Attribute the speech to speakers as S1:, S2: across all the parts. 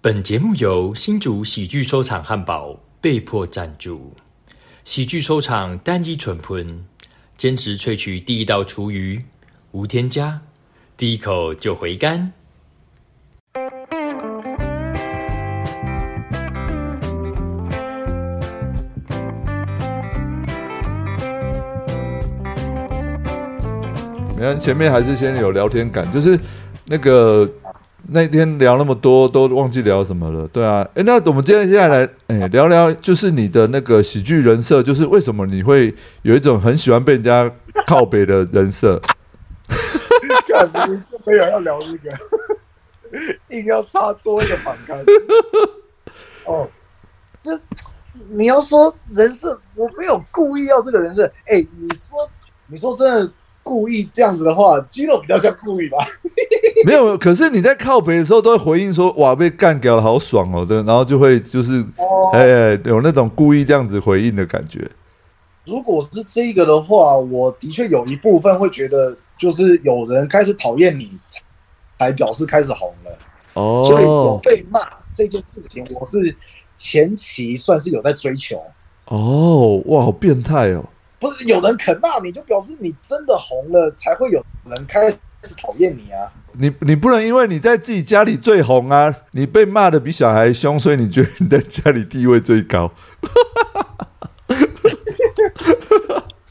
S1: 本节目由新竹喜剧收场汉堡被迫赞助。喜剧收场单一纯烹，坚持萃取第一道厨余，无添加，第一口就回甘。
S2: 没有，前面还是先有聊天感，就是那个那天聊那么多，都忘记聊什么了。对啊，哎，那我们接下来哎聊聊，就是你的那个喜剧人设，就是为什么你会有一种很喜欢被人家靠北的人设？
S3: 干明明就没有要聊这个， 硬要插多一个反开。哦，就你要说人设，我没有故意要这个人设。哎、你说你说真的故意这样子的话，Gino 比较像故意吧？
S2: 没有，可是你在靠北的时候都会回应说哇被干掉了好爽哦，对，然后就会就是
S3: 哦
S2: 哎有那种故意这样子回应的感觉。
S3: 如果是这个的话，我的确有一部分会觉得，就是有人开始讨厌你，才表示开始红了。所以有
S2: 哦
S3: 被骂这件事情，我是前期算是有在追求。
S2: 哦，哇，好变态哦！
S3: 不是有人肯骂你，就表示你真的红了，才会有人开始讨厌你啊。
S2: 你你不能因为你在自己家里最红啊，你被骂的比小孩凶，所以你觉得你在家里地位最高。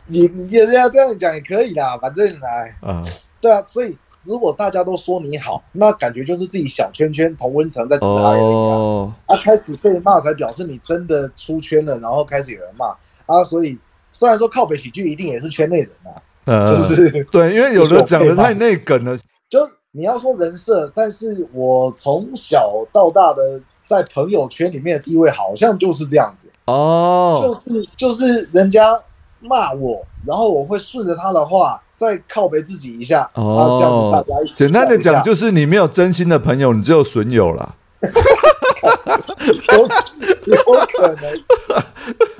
S3: 你你人家这样讲也可以啦，反正哎，
S2: 啊，
S3: 对啊，所以如果大家都说你好，那感觉就是自己小圈圈同温层在自嗨而已啊。
S2: 哦，
S3: 啊，开始被骂才表示你真的出圈了，然后开始有人骂啊。所以虽然说靠北喜剧一定也是圈内人啊，
S2: 呃，
S3: 就是
S2: 对，因为有的讲的太内梗了，
S3: 就你要说人设，但是我从小到大的在朋友圈里面的地位好像就是这样子。
S2: 哦，
S3: 就是就是人家骂我，然后我会顺着他的话再靠背自己一下，
S2: 哦
S3: 然后这样子大家一起
S2: 简单的讲
S3: 笑
S2: 就是你没有真心的朋友，你只有损友啦。
S3: 一下有有可能，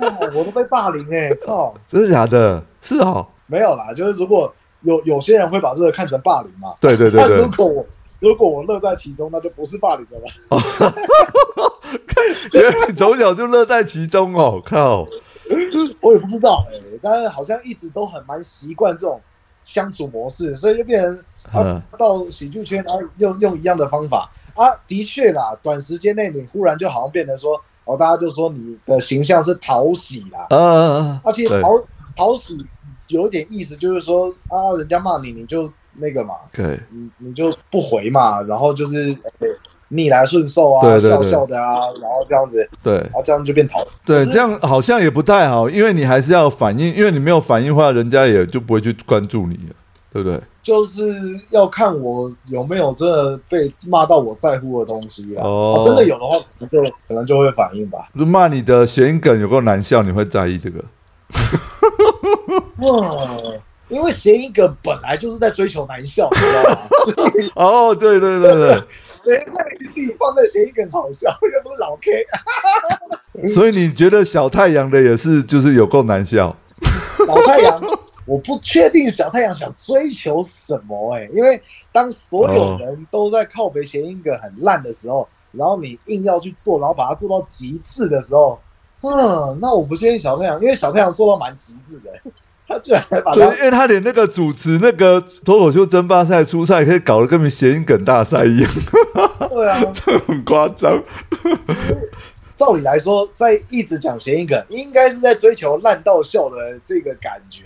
S3: 哎我都被霸凌哎、操，
S2: 真的假的？是哦，
S3: 没有啦，就是如果有有些人会把这个看成霸凌嘛，
S2: 对对对
S3: 但
S2: 对
S3: 如，果我如果我乐在其中，那就不是霸凌了吧？
S2: 原来你从小就乐在其中哦，靠，
S3: 我也不知道哎、但是好像一直都很蛮习惯这种相处模式，所以就变成
S2: 嗯
S3: 啊，到喜剧圈，然后用用一样的方法啊，的确啦，短时间内你忽然就好像变成说，哦，大家就说你的形象是讨喜啦，
S2: 呃，
S3: 而且
S2: 对
S3: 讨讨喜有点意思，就是说啊，人家骂你，你就那个嘛，
S2: 对，
S3: 你你就不回嘛，然后就是、呃逆来顺受啊，
S2: 对对对
S3: 笑笑的啊，然后这样子，
S2: 对
S3: 然后这样就变讨
S2: 对，
S3: 可是
S2: 这样好像也不太好，因为你还是要反应，因为你没有反应的话，人家也就不会去关注你了，对不对？
S3: 就是要看我有没有真的被骂到我在乎的东西啊。
S2: 哦
S3: 啊真的有的话，可能就可能就会反应吧。
S2: 就骂你的谐音梗有够难笑，你会在意这个？
S3: 嗯，因为谐音梗本来就是在追求难笑，你知道吗？ 所以
S2: 哦，对对对
S3: 谁在地放在谐音梗好笑，又不是老 K，
S2: 对，所以你觉得小太阳的也是就是有够难笑？
S3: 老太阳。我不确定小太阳想追求什么哎、因为当所有人都在靠北谐音梗很烂的时候，然后你硬要去做，然后把它做到极致的时候，嗯，那我不建议小太阳，因为小太阳做到蛮极致的、他居然还把
S2: 对
S3: 它，
S2: 因为他连那个主持那个脱口秀争霸赛初赛，可以搞得跟谐音梗大赛一样，
S3: 对啊，
S2: 很夸张。
S3: 照理来说，在一直讲谐音梗，应该是在追求烂到笑的这个感觉。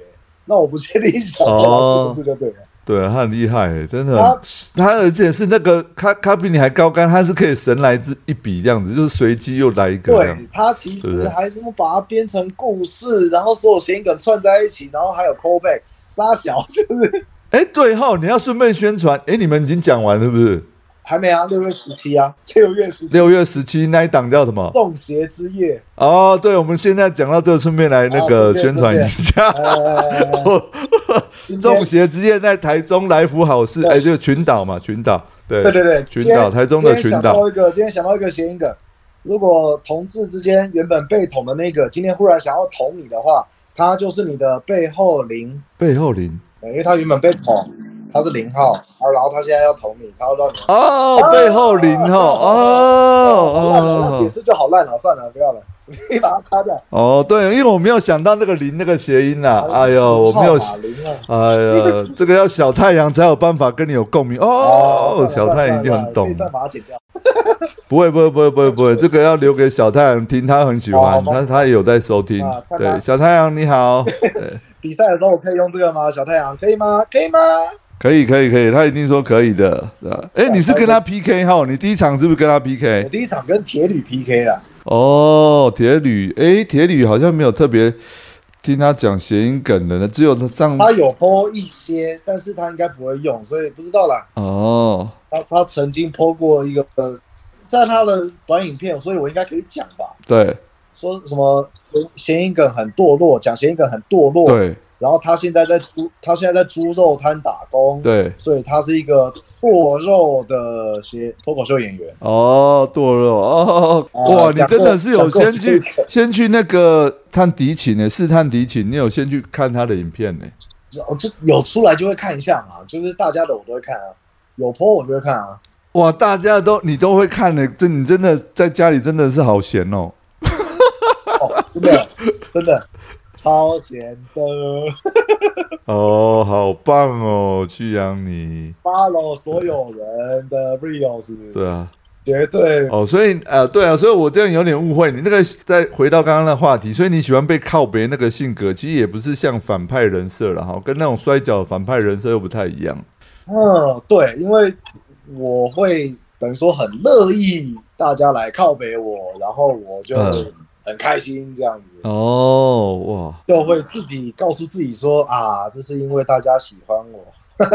S3: 那我不确定小
S2: 哦
S3: 到是不是就对了。
S2: 对，啊他很厉害耶，真的
S3: 他
S2: 很。他而且是那个他他比你还高干，他是可以神来之一笔这样子，就是随机又来一个这样
S3: 对。他其
S2: 对不
S3: 实
S2: 对
S3: 还是把它编成故事，然后所有谐音梗串在一起，然后还有 callback 沙小，就是
S2: 哎，对哈，你要顺便宣传。哎，你们已经讲完是不是？
S3: 还没啊，六月十七啊，六月十七
S2: 六月十七那一档叫什么？
S3: 中邪之夜，
S2: 哦，对，我们现在讲到这，哦顺便来那个宣传一下。
S3: 呃， 今天
S2: 中邪之夜在台中来福好事，
S3: 对
S2: 哎，就是群岛嘛，群岛，对
S3: 对对对，
S2: 群
S3: 今天
S2: 岛台中的群
S3: 今天
S2: 岛
S3: 想到一个，今天想到一个谐音梗，如果同志之间原本被捅的那个，今天忽然想要捅你的话，他就是你的背后灵，
S2: 背后林
S3: 对因为他原本被捅，他是零号，啊然后他现在要捅你，他要让你
S2: 哦，背后零号，
S3: 哦，那解
S2: 哦哦
S3: 释就好烂了，算了，不要了，你把它擦掉。
S2: 哦，对，因为我没有想到那个零那个谐音啦，哎呦， 我没有，
S3: 零 啊，
S2: 哎呀，这个要小太阳才有办法跟你有共鸣哦，小太阳一定很懂
S3: 你，再把它剪掉。
S2: 不会不会不会不会不会，这个要留给小太阳听，他很喜欢，他他也有在收听，对，小啊太阳你好，
S3: 比赛的时候我可以用这个吗？小太阳可以吗？可以吗？
S2: 可以可以可以，他一定说可以的，对吧？
S3: 啊
S2: 哎，你是跟他 PK 哈，你第一场是不是跟他 PK？
S3: 我第一场跟铁铝 PK 啦，
S2: 哦，铁铝，诶，铁铝好像没有特别听他讲谐音梗的呢，只有他上
S3: 他有播一些，但是他应该不会用，所以不知道啦。
S2: 哦，
S3: 他他曾经 PO 过一个，呃在他的短影片，所以我应该可以讲吧？
S2: 对
S3: 说什么谐音梗很堕落，讲谐音梗很堕落。
S2: 对
S3: 然后他现在在猪，他现在在猪肉摊打工，，
S2: 对，
S3: 所以他是一个剁肉的谐脱口秀演员。
S2: 哦，堕落，哦，
S3: 啊
S2: 哇，你
S3: 讲
S2: 真
S3: 过
S2: 的是有
S3: 讲过
S2: 先
S3: 这
S2: 去
S3: 个
S2: 先去那个探迪琴呢，试探迪琴，你有先去看他的影片欸呢？
S3: 我哦这有出来就会看一下嘛，就是大家的我都会看啊，有 PO 我就会看啊。
S2: 哇，大家都你都会看呢，这你真的在家里真的是好闲哦。
S3: 哦，真的 真的超闲的
S2: 哦，好棒哦，去养你，
S3: ，follow 所有人的 reels，
S2: 对啊。
S3: 绝对
S2: 哦，所以呃，对啊，所以我这样有点误会你那个。再回到刚刚的话题，所以你喜欢被靠别那个性格，其实也不是像反派人设了哈，跟那种摔跤反派人设又不太一样。
S3: 嗯对，因为我会等于说很乐意大家来靠北我，然后我就
S2: 嗯
S3: 很开心这样子。
S2: 哦，
S3: 就会自己告诉自己说啊，这是因为大家喜欢我。
S2: 哇，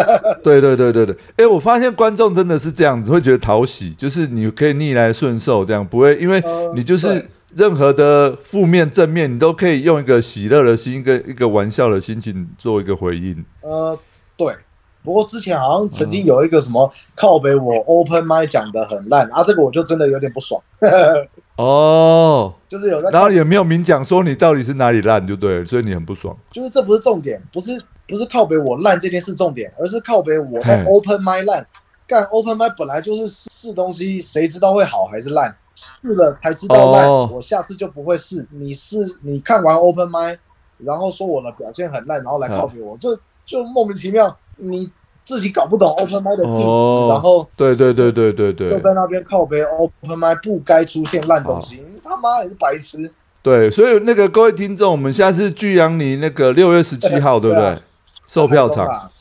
S2: 对对对对对，哎，我发现观众真的是这样子，会觉得讨喜，就是你可以逆来顺受，这样不会，因为
S3: 嗯
S2: 你就是
S3: 对
S2: 任何的负面、正面，你都可以用一个喜乐的心，一个一个玩笑的心情做一个回应。
S3: 呃，对。不过之前好像曾经有一个什么靠北我 open m i 讲的很烂啊，这个我就真的有点不爽，
S2: 哦，
S3: 就是有在
S2: 然后也没有明讲说你到底是哪里烂，就对了，所以你很不爽。
S3: 就是这不是重点，不是不是靠北我烂这件事重点，而是靠北我
S2: 嘿
S3: 在 open m i 烂。干 open m i 本来就是试试东西，谁知道会好还是烂？试了才知道烂，
S2: 哦
S3: 我下次就不会试。你试，你看完 open m i 然后说我的表现很烂，然后来靠北我，这就莫名其妙，你自己搞不懂 open m i 的性质，
S2: 哦
S3: 然后
S2: 对对对对对对
S3: 就在那边靠北 open m i 不该出现烂东
S2: 哦
S3: 西，你他妈也是白痴。
S2: 对，所以那个各位听众，我们下次巨阳你那个六月十七号，对
S3: 对
S2: 不对
S3: 啊？
S2: 售票
S3: 中
S2: 场，
S3: 啊，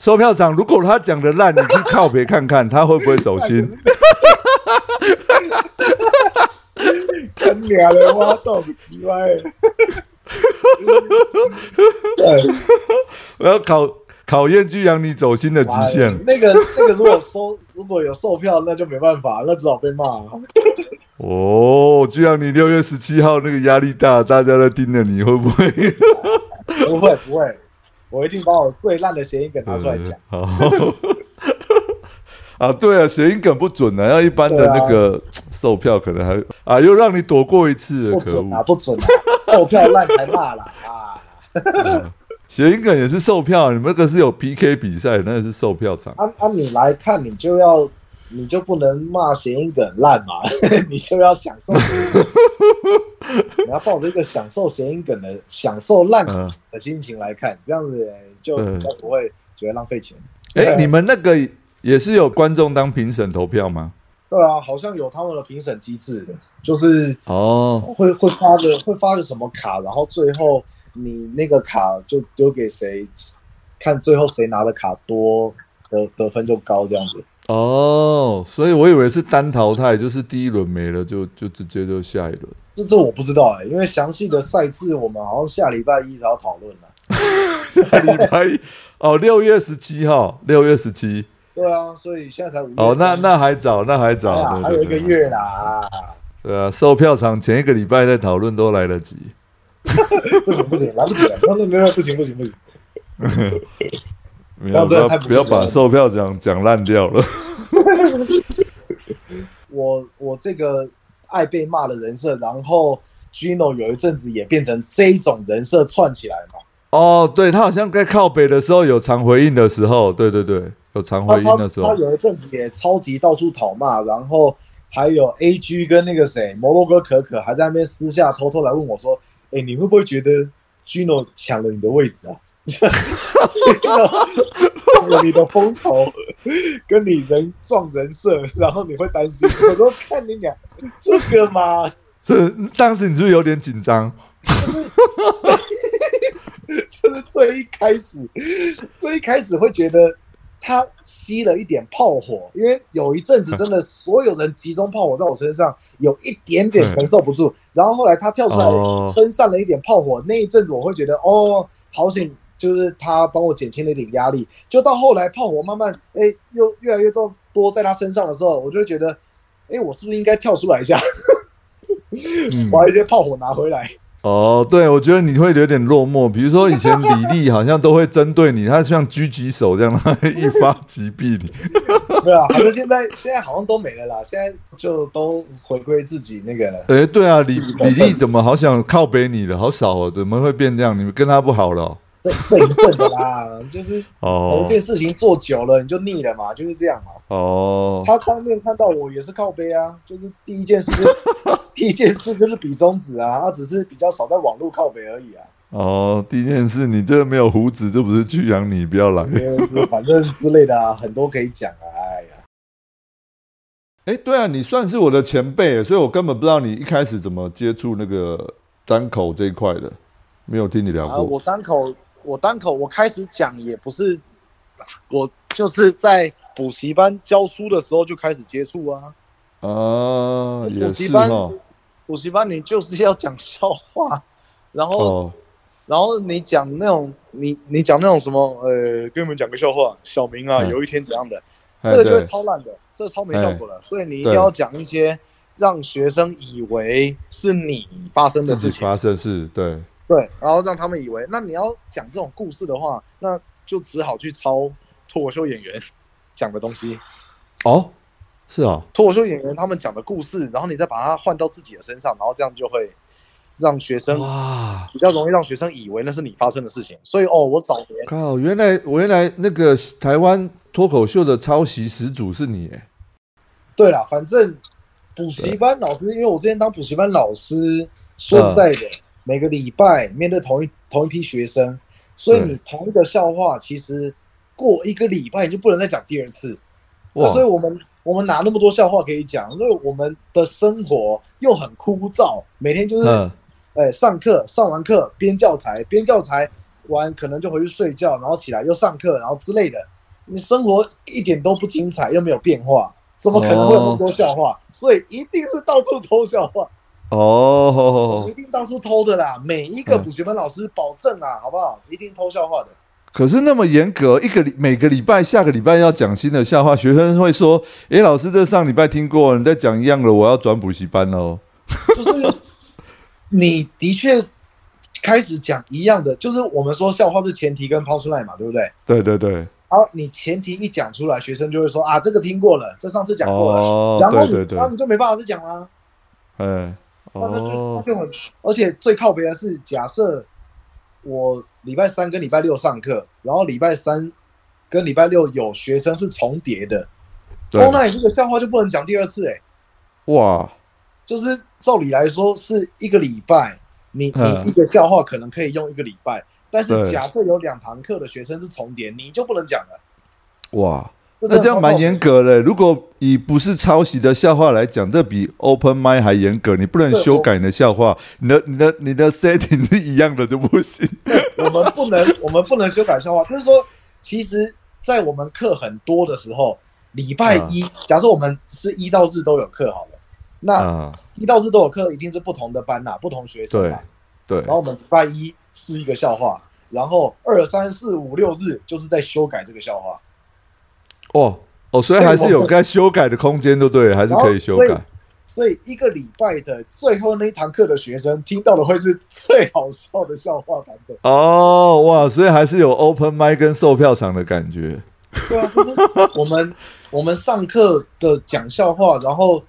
S2: 售票场，如果他讲的烂，你去靠别看看他会不会走心。
S3: 很俩的啊挖洞奇怪。对，
S2: 我要考考验巨阳你走心的极
S3: 妈的
S2: 限。
S3: 那个那个，如果收如果有售票，那就没办法，那只好被骂。啊
S2: 哦，巨阳你六月十七号那个压力大，大家都盯着你，会不会？
S3: 不会不会，我一定把我最烂的谐音梗拿出来讲。
S2: 好。 啊，对啊，谐音梗不准啊，要一般的
S3: 对啊
S2: 那个售票可能还啊，又让你躲过一次了，
S3: 不
S2: 嗯可恶
S3: 准啊，！不准啊！售票烂才骂啦啊！
S2: 谐音梗也是售票，你们那个是有 PK 比赛，那个是售票场。
S3: 按按啊你来看，你就要你就不能骂谐音梗烂嘛， 你就要享受谐音 梗，你要抱着一个享受谐音梗的、享受烂
S2: 嗯
S3: 的心情来看，这样子就
S2: 嗯
S3: 比较不会觉得浪费钱。
S2: 哎、
S3: 对
S2: 你们那个也是有观众当评审投票吗？
S3: 对啊，好像有他们的评审机制的，就是
S2: 哦，
S3: 会会发个会发个什么卡，然后最后你那个卡就丢给谁，看最后谁拿的卡多得得分就高这样子。
S2: 哦，所以我以为是单淘汰，就是第一轮没了就就直接就下一 轮。
S3: 这这我不知道哎、因为详细的赛制我们好像下礼拜一才要讨论啊了。
S2: 礼拜一哦，六月十七号，六月十七
S3: 对啊，所以现在才五月
S2: 哦，那
S3: 中
S2: 那还早，那还
S3: 哎呀
S2: 早，对
S3: 还有一个。
S2: 对
S3: 月啦，
S2: 对对啊，售票场前一个礼拜在讨论都来得及。
S3: 不行不行，来不及了， 没有没有不行不行不行，
S2: 没有，
S3: 这
S2: 不
S3: 样
S2: 要
S3: 太不
S2: 不要
S3: 负责
S2: 把
S3: 任
S2: 售票讲讲烂掉了。
S3: 我我这个爱被骂的人设，然后 Gino 有一阵子也变成这一种人设串起来嘛，
S2: 哦，对他好像在靠北的时候有常回应的时候，对对对，有常回应的时候
S3: 他他，有一阵子也超级到处讨骂，然后还有 A G 跟那个谁摩洛哥可可还在那边私下偷偷来问我说：“哎、你会不会觉得 Gino 抢了你的位置啊？” 抢了你的风头，跟你人撞人设，然后你会担心。我说看你俩这个嘛，
S2: 这当时你是不是有点紧 张？
S3: 就是最一开始，最一开始会觉得他吸了一点炮火，因为有一阵子真的所有人集中炮火在我身上，有一点点承受不住。然后后来他跳出
S2: 哦
S3: 来分散了一点炮火，那一阵子我会觉得哦，好险。就是他帮我减轻了一点压力，就到后来炮火慢慢哎、又越来越多多在他身上的时候，我就会觉得，哎、我是不是应该跳出来一下，
S2: 嗯，
S3: 把一些炮火拿回来？
S2: 哦，对，我觉得你会有点落寞。比如说以前李丽好像都会针对你，他像狙击手这样，他一发击毙 你。
S3: 对啊，反正现在现在好像都没了啦，现在就都回归自己那个了。
S2: 哎、对啊，李李丽怎么好想靠北你了？好少哦，怎么会变这样？你们跟他不好了哦？
S3: 笨笨一笨的啦， 就是某
S2: 哦
S3: 一件事情做久了你就腻了嘛，就是这样嘛。
S2: 哦
S3: 他当面看到我也是靠背啊，就是第一件事 就第一件事就是比中指啊，他只是比较少在网络靠背而已啊。
S2: 哦，第一件事，你这个没有胡子，这不是去养你，不要来。
S3: 就是反正之类的啊，很多可以讲啊。哎呀，
S2: 哎、对啊，你算是我的前辈，所以我根本不知道你一开始怎么接触那个单口这一块的，没有听你聊
S3: 啊，
S2: 过。
S3: 我单口我单口我开始讲也不是，我就是在补习班教书的时候就开始接触啊。
S2: 啊，也
S3: 补习
S2: 是
S3: 班
S2: 哦。
S3: 补习班你就是要讲笑话，然后、
S2: 哦，
S3: 然后你讲那种你你讲那种什么呃，跟你们讲个笑话，小明啊，
S2: 嗯
S3: 有一天怎样的，
S2: 哎
S3: 这个就
S2: 对哎
S3: 是超烂的，这个超没效果的，所以你一定
S2: 对
S3: 要讲一些让学生以为是你发生的
S2: 自
S3: 事
S2: 己
S3: 情，
S2: 发生是，对，
S3: 对，然后让他们以为，那你要讲这种故事的话，那就只好去抄脱口秀演员讲的东西，
S2: 哦，是哦，
S3: 脱口秀演员他们讲的故事，然后你再把它换到自己的身上，然后这样就会让学生
S2: 哇，
S3: 比较容易让学生以为那是你发生的事情。所以哦，我早年
S2: 靠，原来我原来那个台湾脱口秀的抄袭始祖是你，哎
S3: 对啦，反正补习班老师，因为我之前当补习班老师，说
S2: 嗯
S3: 实在的，每个礼拜面对同一同一批学生，所以
S2: 对
S3: 你同一个笑话，其实过一个礼拜你就不能再讲第二次。
S2: 哇
S3: 那所以我们我们哪那么多笑话可以讲？因为我们的生活又很枯燥，每天就是
S2: 嗯，
S3: 哎，上课上完课编教材，编教材完可能就回去睡觉，然后起来又上课，然后之类的。你生活一点都不精彩，又没有变化，怎么可能会有这么多笑话？所以一定是到处偷笑话，
S2: 哦
S3: 一，定到处偷的啦。每一个
S2: 嗯
S3: 补习班老师保证啊，好不好？一定偷笑话的。
S2: 可是那么严格，一个礼每个礼拜下个礼拜要讲新的笑话，学生会说，诶，老师这上礼拜听过，你再讲一样的，我要转补习班喽。
S3: 就是你的确开始讲一样的，就是我们说笑话是前提跟抛出来嘛，对不对？
S2: 对对对，
S3: 然后你前提一讲出来，学生就会说啊，这个听过了，这上次讲过了，
S2: 哦，
S3: 然后
S2: 对
S3: 你
S2: 对对
S3: 然，后你就没办法再讲啦、
S2: 哎，
S3: 那那就
S2: 哦
S3: 那，就很，而且最靠别的是，假设我礼拜三跟礼拜六上课，然后礼拜三跟礼拜六有学生是重叠的，
S2: 对
S3: 哦，，那你这个笑话就不能讲第二次哎、
S2: 哇，
S3: 就是照理来说是一个礼拜，你
S2: 嗯
S3: 你一个笑话可能可以用一个礼拜，但是
S2: 对
S3: 假设有两堂课的学生是重叠，你就不能讲了。
S2: 哇。那这样蛮严格
S3: 格。
S2: 的。如果以不是抄袭的笑话来讲，这比 open m i d 还严格。你不能
S3: 对
S2: 修
S3: 我
S2: 改你的笑话，你的、你的、你的 setting 是一样的就不 行。
S3: 我们不能， 我们不能修改笑话。就是说，其实，在我们课很多的时候，礼拜一，假设我们是一到日都有课好了，那
S2: 啊，
S3: 一到日都有课，一定是不同的班呐、不同学生
S2: 对
S3: 嘛。
S2: 对
S3: 然，后我们礼拜一是一个笑话，然后二三四五六日就是在修改这个笑话，
S2: 哦哦，所以
S3: 所以
S2: 还是
S3: 我
S2: 有该修改的空间，对不对？还是可以修
S3: 然后
S2: 改。
S3: 所以一个礼拜的最后那一堂课的学生听到的会是最好笑的笑话版本。
S2: 哦，哇，所以还是有 open m i d 跟售票场的感觉。
S3: 对啊，就是我们我们上课的讲笑话，然后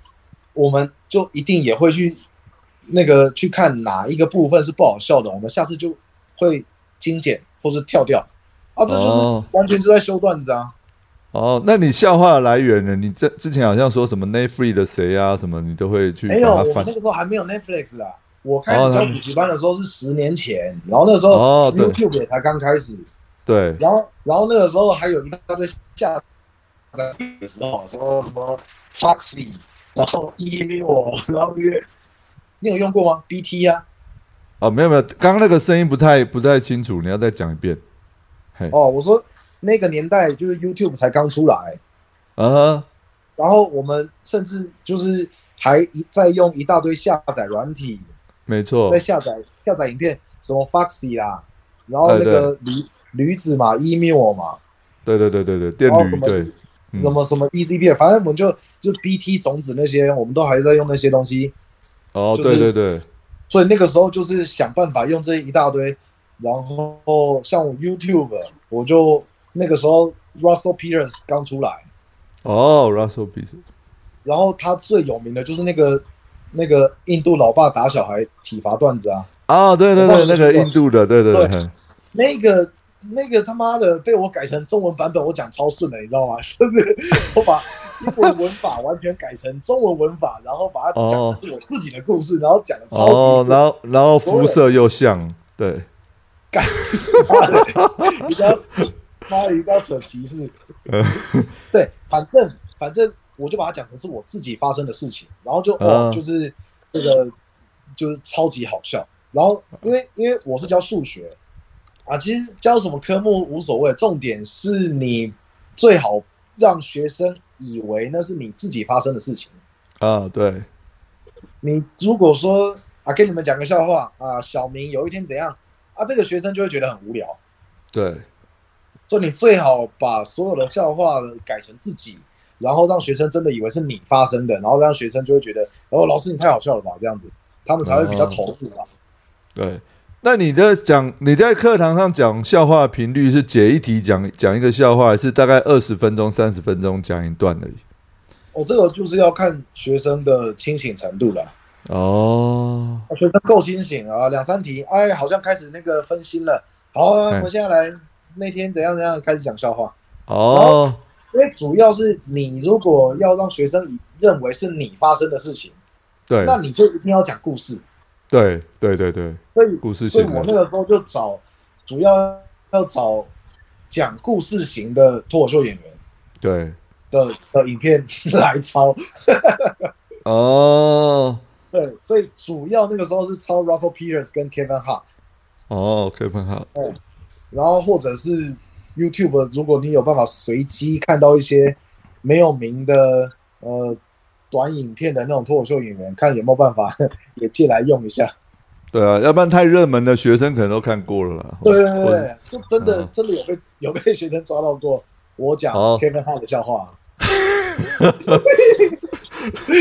S3: 我们就一定也会去那个去看哪一个部分是不好笑的，我们下次就会精简或是跳掉，啊，这就是
S2: 哦
S3: 完全是在修段子啊。
S2: 哦，那你笑话的来源呢？你这之前好像说什么 n a free 的谁啊，什么你都会去
S3: 没有，
S2: 把
S3: 我
S2: 它
S3: 们
S2: 翻
S3: 那个时候还没有 Netflix 啊。我开始
S2: 哦
S3: 教
S2: 那
S3: 补习班的时候是十年前，然后那时候
S2: 哦对
S3: YouTube 也才刚开始，
S2: 对
S3: 然后然后那个时候还有一大堆下载的时候，什么什么 Foxy，然后 E 六，然后约，你有用过吗？BT 啊？
S2: 哦，没有没有，刚刚那个声音不太不太清楚，你要再讲一遍
S3: 哦，我说那个年代就是 YouTube 才刚出来，
S2: 啊哈
S3: 然后我们甚至就是还一再用一大堆下载软体，
S2: 没错
S3: 在，下载下载影片，什么 Foxy 啦，然后那个驴驴子嘛，Emu ，E 嘛，
S2: 对对对对对，电
S3: 然后哦什
S2: 驴
S3: 么
S2: 对，嗯
S3: 什么什么 Easy Beer，反正我啊们就就 BT 种子那些，我们都还在用那些东西，
S2: 哦
S3: 就
S2: 对
S3: 是
S2: 对对，
S3: 所以那个时候就是想办法用这一大堆，然后像我 YouTube，我就那个时候 Russell Peters 刚出来，
S2: 哦 Russell Peters，
S3: 然后他最有名的就是那个那个印度老爸打小孩体罚段子啊，
S2: 哦对对对，
S3: 我忘记
S2: 那个印度的，对对对，
S3: 对
S2: 嘿
S3: 那个那个他妈的被我改成中文版本，我讲超顺的，你知道吗？ 就是我把英文文法完全改成中文文法，然后把它讲成是我自己的故事，然后讲的超
S2: 哦，
S3: 级顺
S2: 然后然后肤色又像，对，
S3: 妈的， 你知道，妈的，你知道扯歧视
S2: 呃。
S3: 对，反正反正我就把它讲成是我自己发生的事情，然后就哦
S2: 嗯，
S3: 就是这个就是超级好笑。然后因为因为我是教数学啊，其实教什么科目无所谓，重点是你最好让学生以为那是你自己发生的事情。
S2: 啊对，
S3: 你如果说啊，跟你们讲个笑话啊，小明有一天怎样啊，这个学生就会觉得很无聊。
S2: 对，
S3: 所以你最好把所有的笑话改成自己，然后让学生真的以为是你发生的，然后让学生就会觉得，哦，老师你太好笑了吧，这样子，他们才会比较投入吧。
S2: 对，那你的讲你在课堂上讲笑话的频率是解一题讲讲一个笑话，还是大概二十分钟、三十分钟讲一段而已？
S3: 哦，这个就是要看学生的清醒程度了。
S2: 哦，
S3: 啊学生够清醒啊，两三题，哎，好像开始那个分心了。好、啊，我
S2: 嗯
S3: 们现在来那天怎样怎样开始讲笑话，
S2: 哦，
S3: 因为主要是你如果要让学生以认为是你发生的事情，
S2: 对，
S3: 那你就一定要讲故事。
S2: 对，对，对，对，
S3: 所以
S2: 故事
S3: 所以
S2: 性
S3: 我
S2: 的
S3: 那个时候就找，主要要找讲故事型的脱口秀演员
S2: 对，
S3: 的的影片来抄。
S2: 哦，
S3: 对，所以主要那个时候是抄 Russell Peters 跟 Kevin Hart，
S2: 哦，Kevin 好，
S3: 然后或者是 YouTube，如果你有办法随机看到一些没有名的呃短影片的那种脱口秀演员，看有没有办法 也借来用一下。
S2: 对啊，要不然太热门的学生可能都看过了啦。
S3: 对对
S2: 我
S3: 对，对，就真的、
S2: 嗯
S3: 真的有被有被学生抓到过我讲
S2: 哦
S3: Kevin Hart 的笑话啊。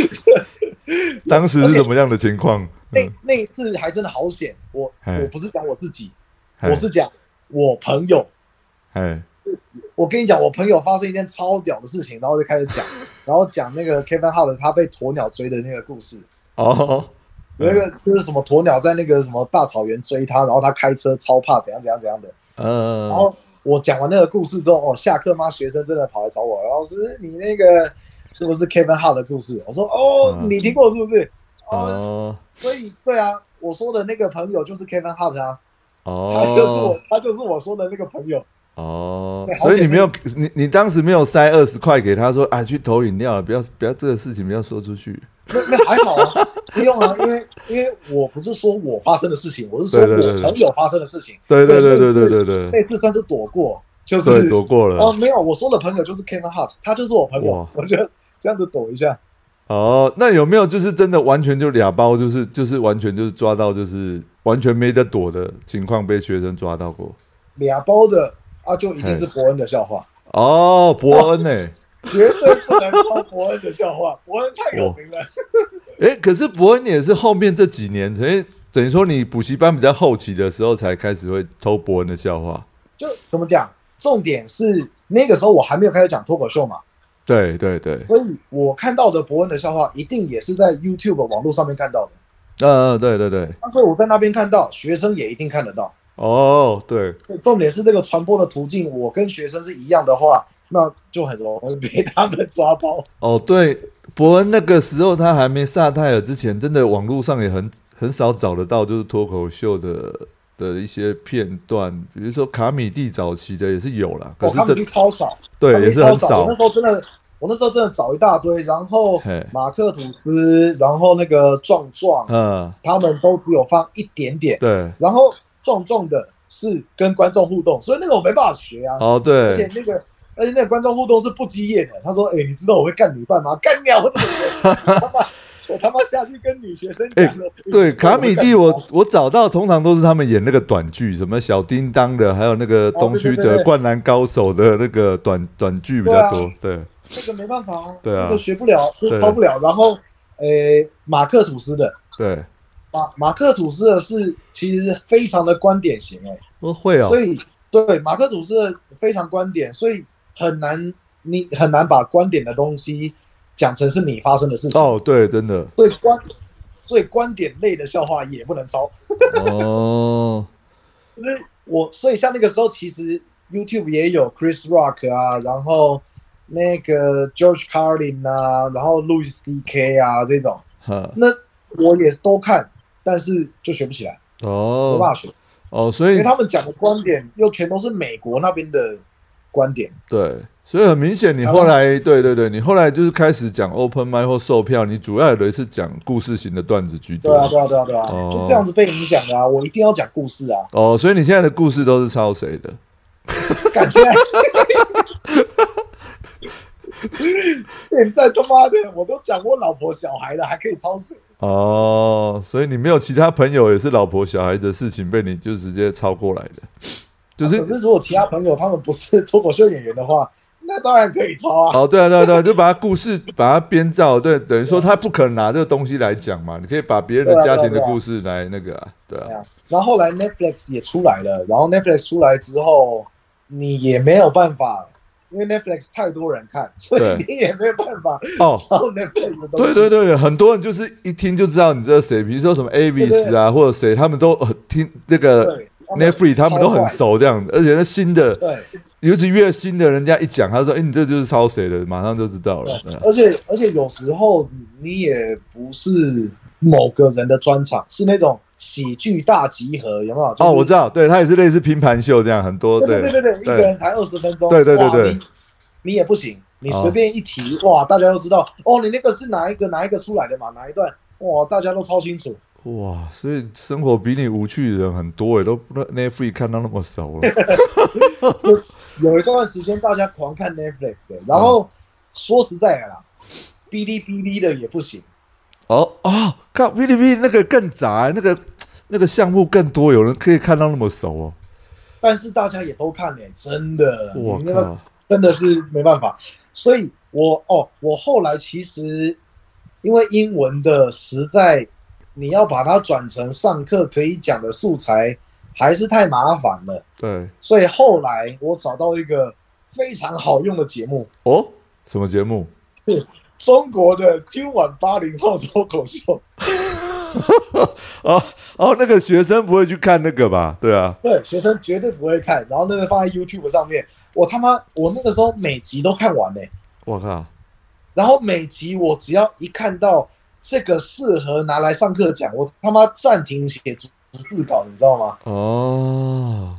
S2: 我当时是什么样的情况？
S3: 那那一次还真的好险，我
S2: 嗯嘿
S3: 我不是讲我自己，
S2: 嘿
S3: 我是讲我朋友。
S2: 哎，
S3: 我跟你讲，我朋友发生一件超屌的事情，然后就 开始讲，然后讲那个 Kevin Hart 他被鸵鸟追的那个故事，
S2: 哦，
S3: 有一个就是什么鸵鸟在那个什么大草原追他，然后他开车超怕怎样怎样怎样的。
S2: 嗯，
S3: 然后我讲完那个故事之后，哦，下课妈学生真的跑来找我，老师你那个是不是 Kevin Hart 的故事？我说哦，
S2: 嗯
S3: 你听过是不是？哦，
S2: 哦，
S3: 所以对啊，我说的那个朋友就是 Kevin Hart 啊。他就是我
S2: 哦，，
S3: 他就是我说的那个朋友。
S2: 哦
S3: 对，好
S2: 所以
S3: 险
S2: 你没有，你你当时没有塞二十块给他说，啊，去投饮料了，不要不要这个事情不要说出去。
S3: 那那还好啊，不用啊，因为因为我不是说我发生的事情，我是说
S2: 对对对
S3: 我
S2: 对
S3: 朋友发生的事情。
S2: 对对对
S3: 所以
S2: 对
S3: 那
S2: 对对
S3: 次
S2: 对对，
S3: 那次算是躲过，就是
S2: 对躲过
S3: 哦，
S2: 了。
S3: 没有，我说的朋友就是 Kevin Hart，他就是我朋友
S2: 哇，
S3: 我就这样子躲一下。
S2: 哦，那有没有就是真的完全就俩包，就是就是完全就是抓到，就是完全没得躲的情况被学生抓到过？
S3: 俩包的啊，就一定是伯恩的笑话，
S2: 哦，伯恩呢、欸？
S3: 绝对不能抄伯恩的笑话，伯恩太有名了。
S2: 哎、可是伯恩也是后面这几年，等于等于说你补习班比较后期的时候才开始会偷伯恩的笑话。
S3: 就怎么讲？重点是那个时候我还没有开始讲脱口秀嘛，
S2: 对对对，
S3: 所以我看到的伯恩的笑话，一定也是在 YouTube 网络上面看到的。
S2: 嗯、嗯，对对对，
S3: 那所以我在那边看到，学生也一定看得到。
S2: 哦，对，
S3: 重点是这个传播的途径，我跟学生是一样的话，那就很容易被他们抓包。
S2: 哦对，伯恩那个时候他还没萨泰尔之前，真的网络上也很很少找得到，就是脱口秀的的一些片段，比如说卡米蒂早期的也是有啦，可
S3: 哦，
S2: 是
S3: 他们
S2: 真
S3: 就超少，他
S2: 对
S3: 们
S2: 也
S3: 就
S2: 是
S3: 超
S2: 很少
S3: 少。我那，时候真的，我那时候真的找一大堆，然后
S2: 嘿
S3: 马克吐斯，然后那个壮壮，
S2: 嗯，
S3: 他们都只有放一点点，
S2: 对，
S3: 然后壮壮的是跟观众互动，所以那个我没办法学啊。
S2: 哦
S3: 而且
S2: 对，
S3: 那个，而且那个观众互动是不激烈的。他说：“哎、你知道我会干女伴吗？干鸟，我怎么学？ 我他妈，我他妈下去跟女学生讲了。
S2: 哎对卡米蒂我，
S3: 干
S2: 我找到通常都是他们演那个短剧，什么小叮当的，还有那个
S3: 哦
S2: 东区
S3: 对对啊
S2: 的
S3: 对
S2: 灌篮高手的那个短短剧比较多，对
S3: 这个没办法啊，
S2: 对啊
S3: 这个学不了，
S2: 对
S3: 就抄不了。然后，诶、马克吐斯的
S2: 对，
S3: 马马克吐斯的是其实是非常的观点型哎、
S2: 我会哦
S3: 所，以对马克吐斯的非常观点，所以很难你很难把观点的东西讲成是你发生的事情。
S2: 哦对，真的，
S3: 所以观所以观点类的笑话也不能抄。
S2: 哦。
S3: 就是我，所以像那个时候，其实 YouTube 也有 Chris Rock 啊，然后那个 George Carlin 啊，然后 Louis C.K. 啊这种，
S2: 哈
S3: 那我也都看，但是就学不起来， 没办
S2: 哦
S3: 法学，
S2: 哦，所
S3: 因
S2: 以
S3: 为他们讲的观点又全都是美国那边的观点。
S2: 对，所以很明显，你
S3: 然
S2: 后
S3: 后
S2: 来对对对，你后来就是开始讲 open mic 或售票，你主要的是讲故事型的段子居
S3: 对啊，
S2: 多。
S3: 对啊，对啊，对啊，
S2: 哦
S3: 就这样子被影响的啊！我一定要讲故事啊！
S2: 哦，所以你现在的故事都是抄谁的？
S3: 感现在现在他妈的，我都讲我老婆小孩了，还可以抄谁？
S2: 哦，所以你没有其他朋友也是老婆小孩的事情被你就直接抄过来的，就是
S3: 啊可是如果其他朋友他们不是脱口秀演员的话， 那当然可以抄啊。
S2: 哦，对啊，对啊，对啊，就把他故事把它编造，对，等于说他不可能拿这个东西来讲嘛，你可以把别人的
S3: 对啊
S2: 家
S3: 对啊
S2: 庭的
S3: 对啊
S2: 故事来那个啊，对啊
S3: 对，啊然后后来 Netflix 也出来了，然后 Netflix 出来之后，你也没有办法，因为 Netflix 太多人看，所
S2: 对
S3: 以你也没有办法
S2: 哦，
S3: 抄 Netflix 的东
S2: 对
S3: 西。
S2: 对对，很多人就是一听就知道你这是谁，比如说什么 Avis 啊，或者谁，他们都呃听那个
S3: 对
S2: Netflix，他们都很。熟这样的，而且那新的，
S3: 对，
S2: 尤其越新的，人家一讲，他说：“哎、你这就是抄谁的？”马上就知道了。对啊
S3: 而且而且有时候你也不是某个人的专场，是那种喜剧大集合，有没有？就是
S2: 哦，我知道，对他也是类似拼盘秀这样，很多
S3: 对对对对，一个
S2: 哦对
S3: 人才二十分钟，
S2: 对对对
S3: 哇
S2: 对
S3: 你，你也不行，你
S2: 哦
S3: 随便一提，哇，大家都知道，哦，你那个是哪一个哪一个出来的嘛，哪一段，哇，大家都超清楚，
S2: 哇，所以生活比你无趣的人很多哎，都不 Netflix 看到那么熟了。
S3: 有一段时间大家狂看 Netflix，、欸、然
S2: 嗯
S3: 后、说实在的啦，哔哩哔哩的也不行，
S2: 哦哦，看哔哩哔哩那个更杂，欸那个那个项目更多，有人可以看到那么熟哦。
S3: 但是大家也都看嘞、真的，
S2: 我
S3: 你那个
S2: 靠，
S3: 真的是没办法，所以我哦，我后来其实因为英文的实在，你要把它转成上课可以讲的素材，还是太麻烦了。
S2: 对
S3: 所以后来我找到一个非常好用的节目，
S2: 哦，什么节目？
S3: 中国的今晚八零后脱口秀。
S2: 哦哦，那个学生不会去看那个吧？对啊，
S3: 对，学生绝对不会看，然后那个放在 YouTube 上面，我他妈我那个时候每集都看完呢、
S2: 我靠，
S3: 然后每集我只要一看到这个适合拿来上课讲，我他妈暂停写逐字稿，你知道吗？
S2: 哦，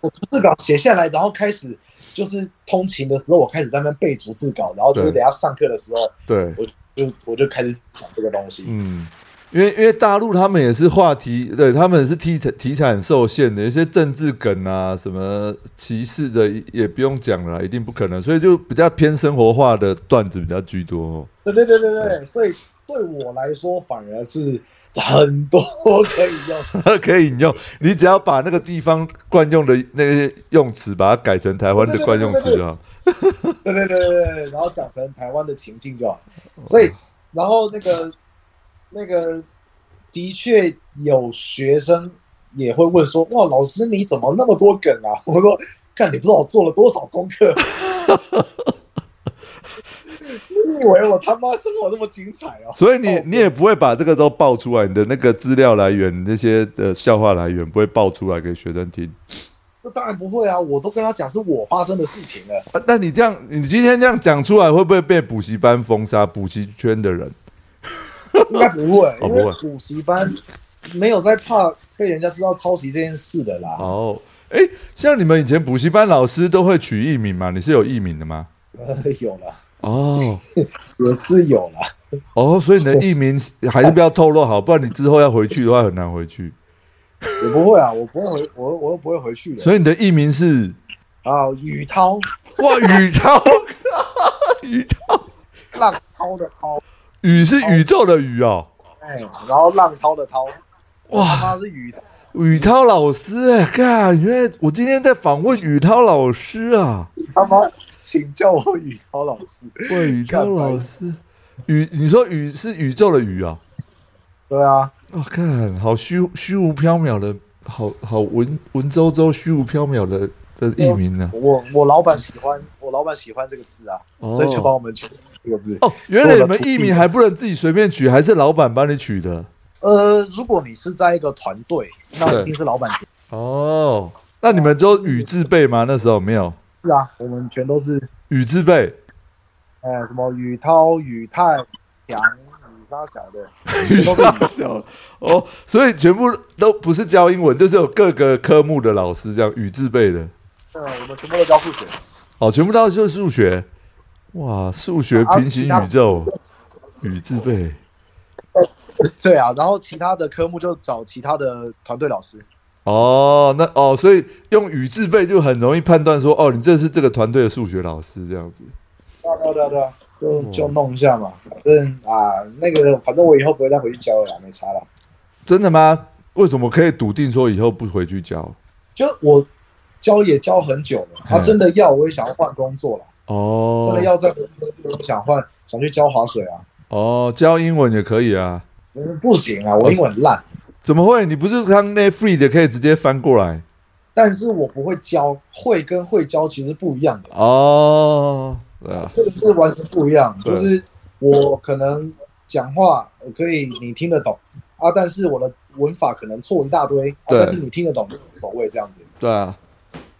S3: 我逐字稿写下来，然后开始就是通勤的时候，我开始在那边背逐字稿，然后就是
S2: 对
S3: 等一下上课的时候，
S2: 对，
S3: 就我就开始讲这个东西。
S2: 嗯，因为因为大陆他们也是话题，对他们也是题材题材很受限的，有些政治梗啊，什么歧视的也也不用讲了，一定不可能，所以就比较偏生活化的段子比较居多、哦。
S3: 对对对对对，所以对我来说反而是很多可以用。
S2: 哦 可以引用，你只要把那个地方惯用的那些用词，把它改成台湾的惯用词就好。
S3: 对对对对对，然后讲成台湾的情境就好。所以，然后那个那个的确有学生也会问说：“哇，老师你怎么那么多梗啊？”我说：“看你不知道我做了多少功课。”你以为我他妈生活那么精彩哦？
S2: 所以你
S3: 哦
S2: 你也不会把这个都爆出来，你的那个资料来源、你那些的笑话来源不会爆出来给学生听。
S3: 那当然不会啊，我都跟他讲是我发生的事情了。
S2: 啊、但你这样，你今天这样讲出来，会不会被补习班封杀？补习圈的人
S3: 应该不会，
S2: 哦
S3: 因
S2: 不会
S3: 为补习班没有在怕被人家知道抄袭这件事的啦。
S2: 哦，哎，像你们以前补习班老师都会取艺名嘛？你是有艺名的吗？
S3: 呃，有啦，
S2: 哦
S3: 也是有啦。
S2: 哦，所以你的艺名还是不要透露好，不然你之后要回去的话很难回去。
S3: 也不会啊，我不会回，我我又不会回去的。
S2: 所以你的艺名是
S3: 啊，雨涛，
S2: 哇宇涛， 宇涛，
S3: 浪涛的涛，
S2: 宇是宇宙的宇哦，
S3: 哎，然后浪涛的涛，
S2: 哇
S3: 他妈是雨涛，
S2: 宇涛老师哎，干，原来我今天在访问宇涛老师啊。
S3: 他妈，请叫我雨涛老师。
S2: 喂，宇
S3: 干
S2: 涛
S3: 白
S2: 老师，宇，你说宇是宇宙的宇啊？
S3: 对啊，
S2: 我、看，好虚虚无缥缈的，好好文文绉绉、虚无缥缈的的艺名呢、
S3: 我我老板喜欢，我老板喜欢这个字啊，
S2: 哦
S3: 所以就帮我们取这个字。
S2: 哦，原来你们艺名还不能自己随便取，还是老板帮你取的？
S3: 呃，如果你是在一个团队，那
S2: 对
S3: 一定是老板决定
S2: 哦，那你们都宇字辈吗？那时候没有
S3: 是啊，我们全都是
S2: 宇字辈，
S3: 呃，什么宇涛、宇泰、强、宇沙小的，
S2: 宇大小哦，所以全部都不是教英文，就是有各个科目的老师这样宇字辈的。
S3: 呃，我们全部都教数学，
S2: 哦，全部都是数学，哇，数学
S3: 啊
S2: 平行宇宙，宇字辈，
S3: 对啊，然后其他的科目就找其他的团队老师，
S2: 哦，那哦，所以用宇字辈就很容易判断说，哦，你这是这个团队的数学老师这样子。
S3: 对啊对啊对啊对啊，就
S2: 嗯
S3: 就弄一下嘛，反正啊，那个反正我以后不会再回去教了啦，没差啦。
S2: 真的吗？为什么可以笃定说以后不回去教？
S3: 就我教也教很久了，他、
S2: 嗯
S3: 真的要我也想要换工作了，
S2: 哦，
S3: 真的要再想换想去教划水啊，
S2: 哦，教英文也可以啊？
S3: 嗯不行啊，我英文很烂，
S2: 怎么会？你不是刚那 free 的可以直接翻过来？
S3: 但是我不会教，会跟会教其实不一样的。
S2: 哦，对啊，
S3: 这个是完全不一样，
S2: 对
S3: 就是我可能讲话我可以你听得懂啊，但是我的文法可能错一大堆，啊、
S2: 对
S3: 但是你听得懂就无所谓这样子。
S2: 对啊，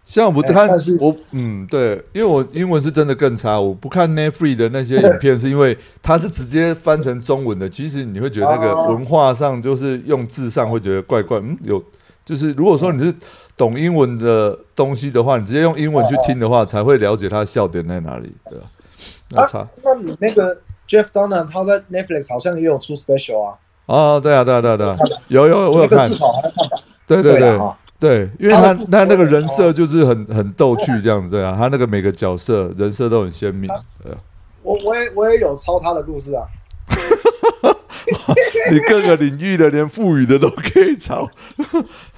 S2: 像我
S3: 哎
S2: 看、
S3: 但是
S2: 我嗯对，因为我英文是真的更差，我不看 Netflix 的那些影片，是因为它是直接翻成中文的，其实你会觉得那个
S3: 哦
S2: 文化上就是用字上会觉得怪怪，嗯有就是如果说你是懂英文的东西的话，你直接用英文去听的话，才会了解它的笑点在哪里，对吧、那差
S3: 那你那个 Jeff Dunham 他在 Netflix 好像也有出 special 啊，
S2: 哦，对啊，对啊，对啊，对啊，有有我有
S3: 那个
S2: 看
S3: 至，少还在看吧？
S2: 对对
S3: 对
S2: 对
S3: 啊哈
S2: 对，因为他
S3: 他的
S2: 他那个人设就是很很逗趣这样子，对啊，他那个每个角色人设都很鲜 明，对啊。
S3: 我我也我也有抄他的故事啊，
S2: 你各个领域的，连赋予的都可以找。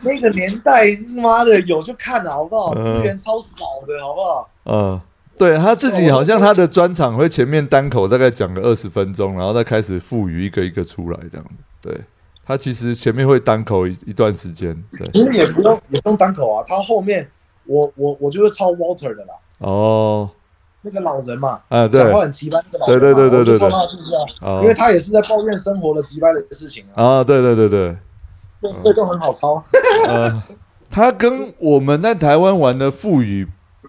S3: 那个年代妈的有就看啊了好不好？
S2: 嗯
S3: 资源超少的好不好？
S2: 嗯，对他自己好像他的专场会前面单口大概讲个二十分钟，然后再开始赋予一个一个出来这样子。对他其实前面会单口一一段时间。
S3: 其
S2: 对，
S3: 实也不用也不用单口啊，他后面我我我就是抄 Walter 的啦，
S2: 哦，
S3: 那个老人嘛，
S2: 啊对
S3: 讲，话很急掰那个老人嘛，
S2: 对对对对对
S3: 我就说他是不是啊？因为
S2: 哦，
S3: 他也是在抱怨生活的急掰的事情啊，
S2: 啊对对对对，
S3: 对所以就很 好抄。
S2: 呃，他跟我们在台湾玩的赋予。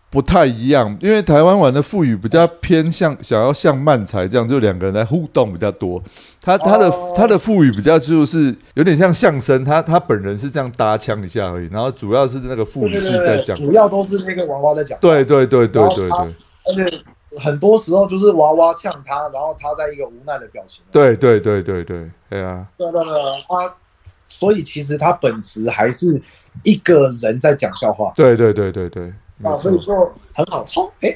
S2: 不太一样，因为台湾玩的赋予比较偏向想要像漫才这样，就两个人来互动比较多。他他的、
S3: 哦
S2: 他的赋予比较就是有点像相声，他他本人是这样搭腔一下而已，然后主要是那个赋予
S3: 对对
S2: 是
S3: 对
S2: 在
S3: 对，
S2: 讲，
S3: 主要都是那个娃娃在讲。
S2: 对，对对对
S3: 然后
S2: 对
S3: 他
S2: 对
S3: 而且很多时候就是娃娃呛他，然后他在一个无奈的表情。啊
S2: 对对对对对，对啊，
S3: 对对对，他所以其实他本质还是一个人在讲笑话
S2: 对对对对对，没
S3: 啊，所以
S2: 错，
S3: 就很好抄。哎，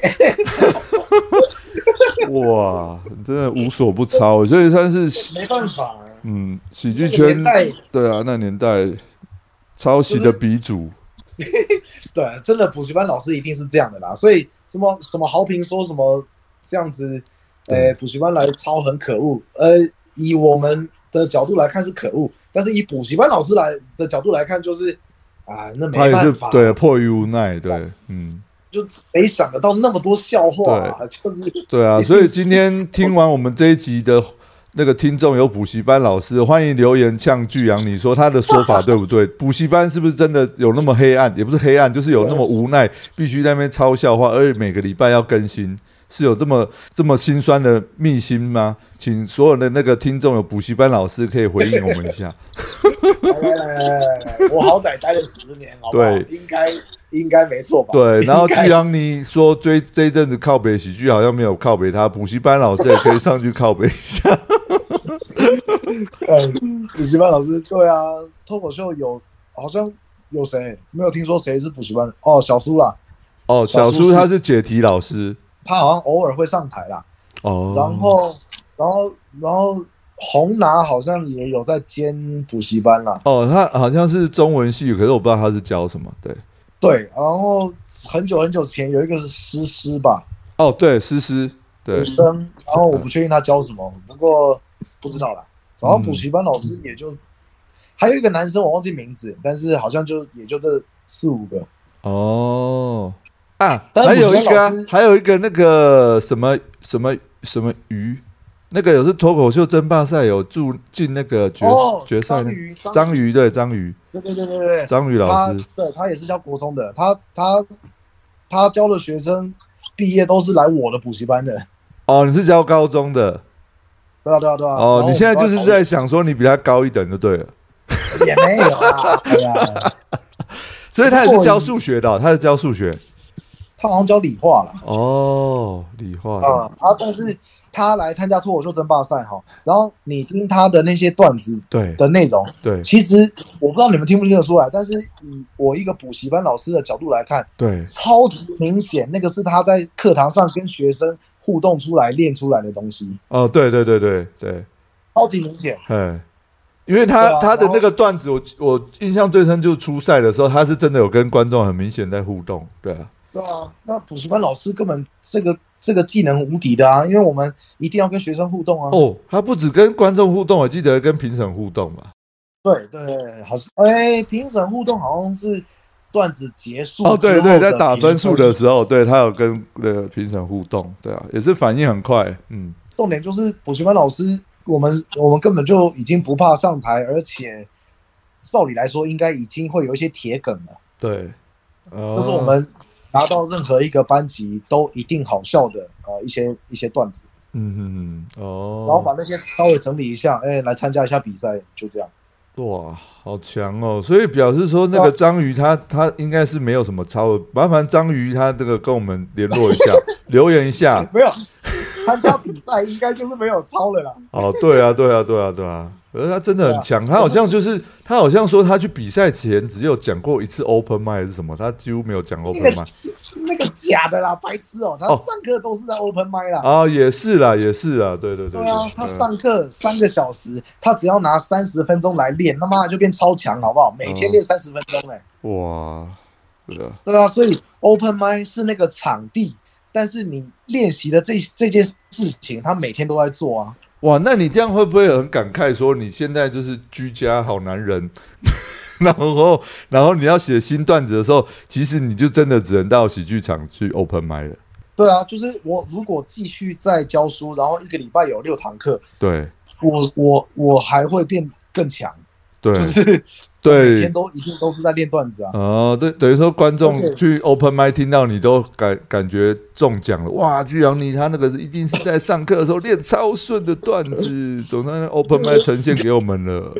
S2: 哇，真的无所不超，所以算是
S3: 没办法啊，
S2: 嗯喜剧
S3: 那个
S2: 圈
S3: 年代
S2: 对啊那年代抄袭的鼻祖，
S3: 对，真的补习班老师一定是这样的啦，所以什么什么好评说什么这样子，呃，补习班来抄很可恶，呃，以我们的角度来看是可恶，但是以补习班老师来的角度来看就是，啊，那
S2: 他
S3: 没
S2: 也是
S3: 办法，
S2: 对，迫于无奈，对，嗯，
S3: 就谁想得到那么多笑话啊？就是
S2: 对啊，
S3: 一定
S2: 所以
S3: 是
S2: 今天听完我们这一集的那个听众有补习班老师，欢迎留言呛巨阳，你说他的说法对不 对？补习班是不是真的有那么黑暗？也不是黑暗，就是有那么无奈，必须在那边抄笑话，而且每个礼拜要更新。是有这么这么心酸的秘辛吗？请所有的那个听众有补习班老师可以回应我们一下。
S3: 来来来来来，哎我好歹待了十年，好不好？
S2: 对
S3: 应该应该没错吧？
S2: 对，然后
S3: 应该
S2: 巨阳你说追这一阵子靠北喜剧好像没有靠北他，补习班老师也可以上去靠北 一下。
S3: 嗯，补习班老师，对啊，脱口秀有好像有谁没有听说谁是补习班的哦，小苏啦，
S2: 哦，小
S3: 小苏
S2: 苏
S3: 是
S2: 他是解题老师
S3: 他好像偶尔会上台啦，
S2: 哦，
S3: 然后然后然后红拿好像也有在兼补习班啦，
S2: 哦，他好像是中文系，可是我不知道他是教什么。对，
S3: 对，然后很久很久前有一个是诗诗吧，
S2: 哦，对，诗诗，对
S3: 女，生，然后我不确定她教什么，不过不知道啦。然
S2: 嗯
S3: 后补习班老师也就、还有一个男生，我忘记名字，但是好像就也就这四五个。
S2: 哦，啊，
S3: 但
S2: 还有一
S3: 补习班
S2: 个啊、
S3: 老师
S2: 还有一个那个什么什么什么鱼，那个有是脱口秀争霸赛有住进那个决、
S3: 哦
S2: 决赛
S3: 章
S2: 那
S3: 鱼章鱼
S2: 章鱼对章鱼
S3: 对对对对对，
S2: 章鱼老
S3: 他
S2: 师
S3: 对他也是教国中的，他他他教的学生毕业都是来我的补习班的。
S2: 哦，你是教高中的
S3: 对啊对啊对啊。然后我
S2: 哦，
S3: 们
S2: 你现在就是
S3: 都要
S2: 在想说你比他高一等就对了，
S3: 讨论也没有啊，哎呀，
S2: 所以他也
S3: 不
S2: 是
S3: 过
S2: 教数学的哦、他是教数学
S3: 他好像教理化了。
S2: 哦，理化的
S3: 啊、他但是他来参加脱口秀争霸赛哈，然后你听他的那些段子
S2: 对
S3: 的内容，
S2: 对
S3: 其实我不知道你们听不听得出来，但是以我一个补习班老师的角度来看，
S2: 对
S3: 超级明显，那个是他在课堂上跟学生互动出来练出来的东西，
S2: 哦，对对对对对。
S3: 超级明显。
S2: 哎，因为他、
S3: 对啊
S2: 他的
S3: 然后
S2: 那个段子我，我印象最深就是初赛的时候，他是真的有跟观众很明显在互动，对啊，
S3: 对啊，那补习班老师根本这个这个技能无敌的啊，因为我们一定要跟学生互动啊。
S2: 哦，他不止跟观众互动，我记得跟评审互动吧？
S3: 对对，好像哎，评审互动好像是段子结束
S2: 哦，
S3: 之
S2: 对
S3: 后
S2: 对，
S3: 的
S2: 在打分数
S3: 评
S2: 的时候，对他有跟呃评审互动，对啊，也是反应很快，嗯，
S3: 重点就是补习班老师，我们我们根本就已经不怕上台，而且照理来说应该已经会有一些铁梗了，
S2: 对，哦
S3: 就是我们拿到任何一个班级都一定好笑的呃一些一些段子，
S2: 嗯嗯嗯，哦，
S3: 然后把那些稍微整理一下，哎，来参加一下比赛，就这样。
S2: 哇，好强哦！所以表示说，那个章鱼他他应该是没有什么超额，麻烦章鱼他这个跟我们联络一 下，留言一下，
S3: 没有参加比赛，应该就是没有抄了啦。
S2: 哦，对啊，对啊，对啊，对啊。可是他真的很强，他好像就是他好像说他去比赛前只有讲过一次 open mic 还是什么，他几乎没有讲 open mic
S3: 那个假的啦，白痴哦、他
S2: 哦
S3: 上课都是在 open mic 啦。
S2: 啊，也是啦，也是啦，对对对
S3: 对啊，他
S2: 嗯
S3: 上课三个小时，他只要拿三十分钟来练，他妈就变超强，好不好？每
S2: 嗯
S3: 天练三十分钟、欸，哎、
S2: 哇，对的，
S3: 对啊，所以 open mic 是那个场地，但是你练习的这这件事情，他每天都在做啊。
S2: 哇，那你这样会不会很感慨？说你现在就是居家好男人， 然后然后你要写新段子的时候，其实你就真的只能到喜剧场去 open mic 了。
S3: 对啊，就是我如果继续在教书，然后一个礼拜有六堂课，
S2: 对
S3: 我我我还会变更强，
S2: 对
S3: 就是每
S2: 对
S3: 天，都一定都是在练段子啊。
S2: 哦，对，等于说观
S3: 而
S2: 众
S3: 且
S2: 去 open mic 听到你都感感觉中奖了，哇！居然你他那个是一定是在上课的时候练超顺的段子，总算 open mic 呈现给我们了。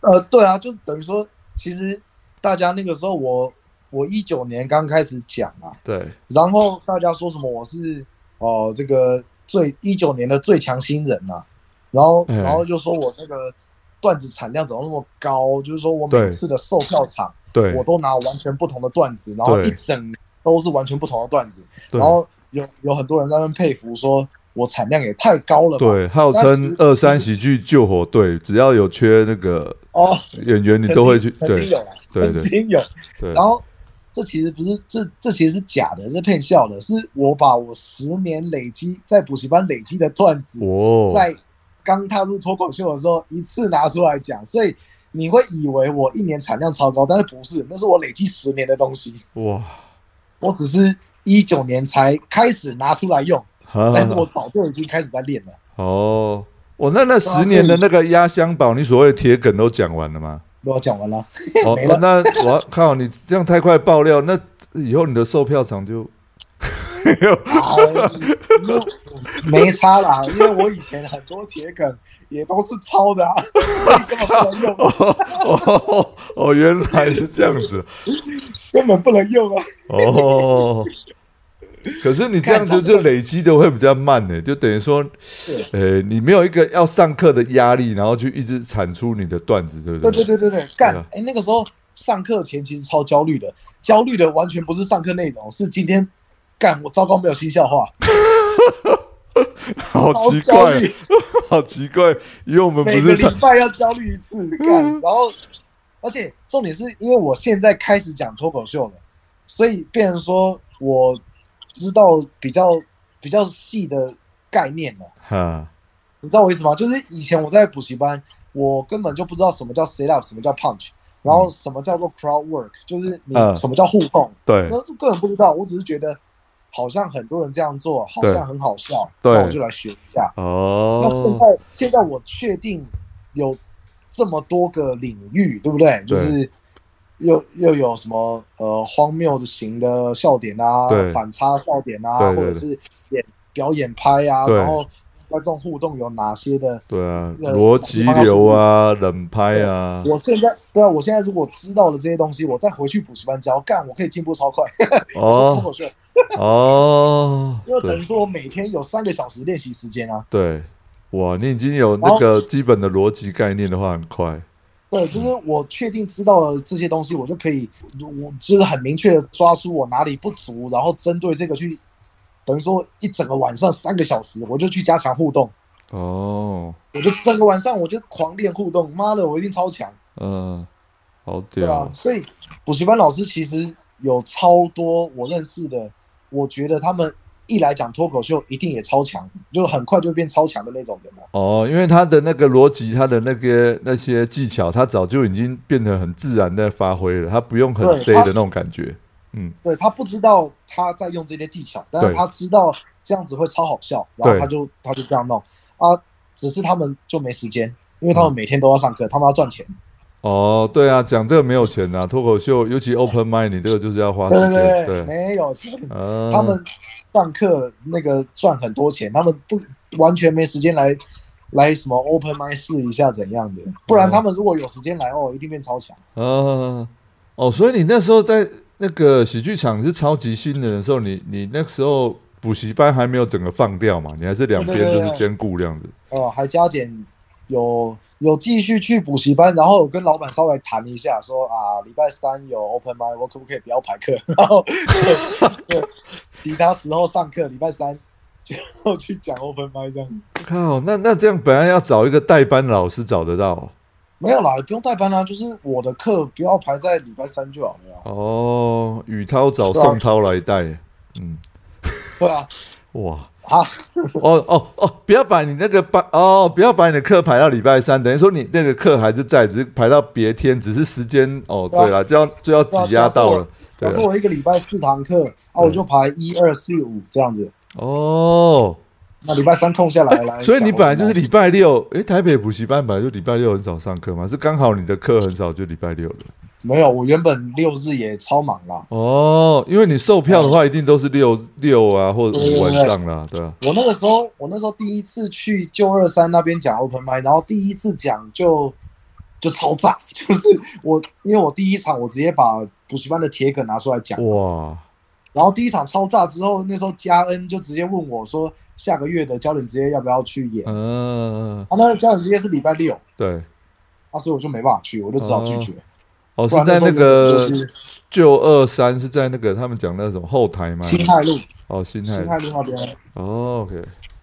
S3: 呃，对啊，就等于说，其实大家那个时候我我一九年刚开始讲啊，
S2: 对，
S3: 然后大家说什么我是哦、这个最一九年的最强新人啊，然后
S2: 嗯
S3: 然后又说我那个段子产量怎么那么高，就是说我
S2: 对
S3: 每次的售票场
S2: 对
S3: 我，都拿完全不同的段子，然后
S2: 对
S3: 一整都是完全不同的段子，
S2: 对
S3: 然后有有很多人在那边佩服说我产量也太高了吧，
S2: 对，号称二三喜剧救火队，只要有缺那个
S3: 哦，
S2: 演员，你
S3: 曾
S2: 都会去。
S3: 经曾经
S2: 对
S3: 有啦，
S2: 对对
S3: 曾经有。
S2: 对
S3: 然后这其实不是这这其实是假的，是骗笑的，是我把我十年累积在补习班累积的段子，
S2: 哦，
S3: 在刚踏入脱口秀的时候一次拿出来讲，所以你会以为我一年产量超高，但是不是，那是我累积十年的东西。
S2: 哇，
S3: 我只是一九年才开始拿出来用，
S2: 好
S3: 但是我早就已经开始在练了。
S2: 哦，我那那
S3: 啊
S2: 十年的那个压箱宝，你所谓的铁梗都讲完了 吗？
S3: 如果讲完了，
S2: 哦
S3: 没了，
S2: 那我要靠你这样太快爆料，那以后你的售票厂 就
S3: 好，没差啦，因为我以前很多铁梗也都是抄的啊，所以根本不能用，
S2: 哦哦哦，原来是这样子
S3: 根本不能用啊。
S2: 哦。可是你这样子就累积的会比较慢呢，就等于说，呃，你没有一个要上课的压力，然后去一直产出你的段子，对不
S3: 对对对对对，干
S2: 对啊！
S3: 哎、那个时候上课前其实超焦虑的，焦虑的完全不是上课内容，是今天干我糟糕没有新笑话，
S2: 好
S3: 超
S2: 奇
S3: 焦
S2: 怪
S3: 虑，，
S2: 好奇怪，因为我们不
S3: 每
S2: 是嗯
S3: 个礼
S2: 太
S3: 拜要焦虑一次，干，然后而且重点是因为我现在开始讲脱口秀了，所以变成说我知道比较比较细的概念了。
S2: 哈，
S3: 你知道我意思吗？就是以前我在补习班，我根本就不知道什么叫 sit up，什么叫 punch，然后什么叫做 crowd work，就是你
S2: 嗯
S3: 什么叫互动，
S2: 对
S3: 那就根本不知道。我只是觉得好像很多人这样做，好
S2: 对
S3: 像很好笑，
S2: 对
S3: 那我就来学一下。那现
S2: 哦
S3: 在，现在我确定有这么多个领域，对不对？就是又又有什么呃荒谬的型的笑点啊
S2: 对，
S3: 反差笑点啊，
S2: 对对对
S3: 或者是演表演拍啊，
S2: 对
S3: 然后观众互动有哪些的？
S2: 对啊，
S3: 呃
S2: 逻辑流啊，冷拍啊，
S3: 我现在对啊，我现在如果知道了这些东西，我再回去补习班教，干我可以进步超快。 脱口
S2: 哦
S3: 秀，
S2: 哦，
S3: 因为等于
S2: 对
S3: 说我每天有三个小时练习时间啊。
S2: 对，哇，你已经有那个基本的逻辑概念的话，很快，
S3: 对，就是我确定知道了这些东西，我就可以，我就是很明确的抓出我哪里不足，然后针对这个去，等于说一整个晚上三个小时，我就去加强互动，
S2: 哦，
S3: 我就整个晚上我就狂练互动，妈的，我一定超强，
S2: 嗯，好
S3: 对啊吧、
S2: 屌，
S3: 所以补习班老师其实有超多我认识的，我觉得他们一来讲脱口秀，一定也超强，就很快就变超强的那种人了。
S2: 哦，因为他的那个逻辑，他的那个那些技巧，他早就已经变得很自然在发挥了，他不用很
S3: 对
S2: C
S3: 他
S2: 的那种感觉，嗯，
S3: 对他不知道他在用这些技巧，但
S2: 对
S3: 是他知道这样子会超好笑，然后他就他就这样弄啊。只是他们就没时间，因为
S2: 嗯
S3: 他们每天都要上课，他们要赚钱。
S2: 哦，对啊，讲这个没有钱啊，脱口秀，尤其 open mind，你这个就是要花时
S3: 对对
S2: 间，
S3: 对，
S2: 对，
S3: 没有钱，
S2: 嗯，
S3: 他们上课那个赚很多钱，他们不完全没时间来来什么 open mind 试一下怎样的，不
S2: 嗯
S3: 然他们如果有时间来哦，一定变超强。
S2: 啊，哦，所以你那时候在那个喜剧场是超级新人的时候，你你那时候补习班还没有整个放掉嘛？你还是两边
S3: 对对
S2: 就
S3: 对
S2: 是兼顾这样子。
S3: 哦，还加点有有继续去补习班，然后有跟老板稍微谈一下，说啊，礼拜三有 open m i d 我可不可以不要排课？ 然后 对，其他时候上课，礼拜三就去讲 open m i d 这样。
S2: 靠，那那这样本来要找一个代班老师找得到哦
S3: 没有啦，不用代班啦、就是我的课不要排在礼拜三就好了呀、
S2: 哦，宇涛找
S3: 对啊
S2: 宋涛来带，嗯，
S3: 对啊，
S2: 哇，
S3: 啊，
S2: 哦哦哦，不要把你那个班哦，不要把你的课排到礼拜三，等于说你那个课还是在，只是排到别天，只是时间哦，
S3: 对啊
S2: 对了，就要就要
S3: 对啊
S2: 挤压到了，对
S3: 假
S2: 啊
S3: 如我一个礼拜四堂课，啊，我就排一二四五这样子。
S2: 哦。
S3: 那礼拜三空下来来，
S2: 所以你本来就是礼拜六，诶，台北补习班本来就礼拜六很少上课嘛，是刚好你的课很少，就礼拜六的
S3: 没有，我原本六日也超忙啦，
S2: 哦。因为你售票的话，一定都是六六啊，或者
S3: 对对
S2: 五
S3: 对
S2: 晚上啦，对啊，
S3: 我那个时候，我那时候第一次去旧二三那边讲 open mic，然后第一次讲就就超炸， 就是我因为我第一场我直接把补习班的铁梗拿出来讲，
S2: 哇，
S3: 然后第一场超炸之后，那时候嘉恩就直接问我说下个月的焦点职业要不要去演，啊，
S2: 嗯、
S3: 那焦点职业是礼拜六，
S2: 对，
S3: 啊，所以我就没办法去，我就只好拒绝。
S2: 哦，是
S3: 不然
S2: 在
S3: 时候
S2: 那个
S3: 就是
S2: 旧二三，是在那个他们讲那种后台吗？
S3: 新泰路，
S2: 哦，新
S3: 新
S2: 泰
S3: 泰，路那边，
S2: 哦，OK，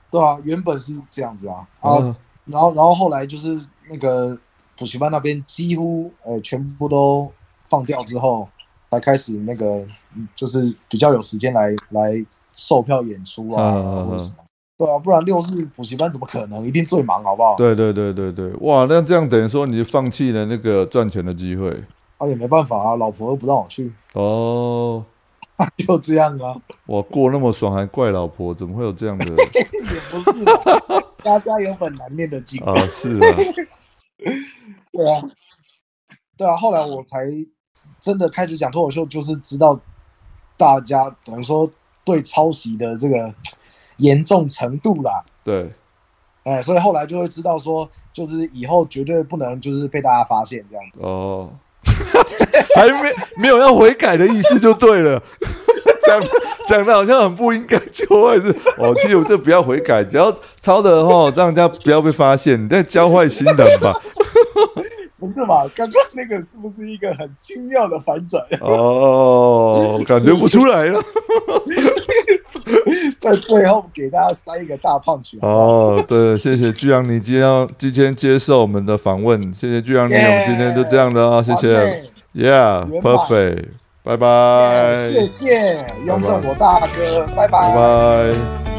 S3: 对啊，原本是这样子啊，啊，
S2: 哦，
S3: 然后然后后来就是那个补习班那边几乎呃全部都放掉之后，才开始那个嗯就是比较有时间来来售票演出啊，
S2: 嗯嗯嗯
S3: 或者什么。对啊，不然六日补习班怎么可能？一定最忙，好不好？
S2: 对对对对对，哇，那这样等于说你就放弃了那个赚钱的机会
S3: 啊，也没办法啊，老婆又不让我去。
S2: 哦。
S3: 就这样啊，
S2: 我过那么爽还怪老婆，怎么会有这样的
S3: 也不是 啦，家家有本难念的经。
S2: 啊？是啊，
S3: 对啊，对啊，后来我才真的开始讲脱口秀，就是知道大家等于说对抄袭的这个严重程度啦。
S2: 对，
S3: 哎，所以后来就会知道说，就是以后绝对不能就是被大家发现这样子。
S2: 哦， 还没没有要悔改的意思就对了。讲讲的好像很不应该，就还是哦，其实我这不要悔改，只要抄的哦，让人家不要被发现，你在教坏新人吧？
S3: 不是嘛？刚刚那个是不是一个很精妙的反转？
S2: 哦，感觉不出来了。
S3: 在最后给大家塞一个大胖拳。
S2: 哦，对，谢谢巨阳，你今天要今天接受我们的访问，谢谢巨阳，你我
S3: Yeah
S2: 们今天就这样的啊，谢
S3: 好
S2: 谢
S3: 嘞圆满
S2: ，Yeah，perfect，拜拜，
S3: 谢谢，雍正我大哥，拜
S2: 拜
S3: 拜
S2: 拜。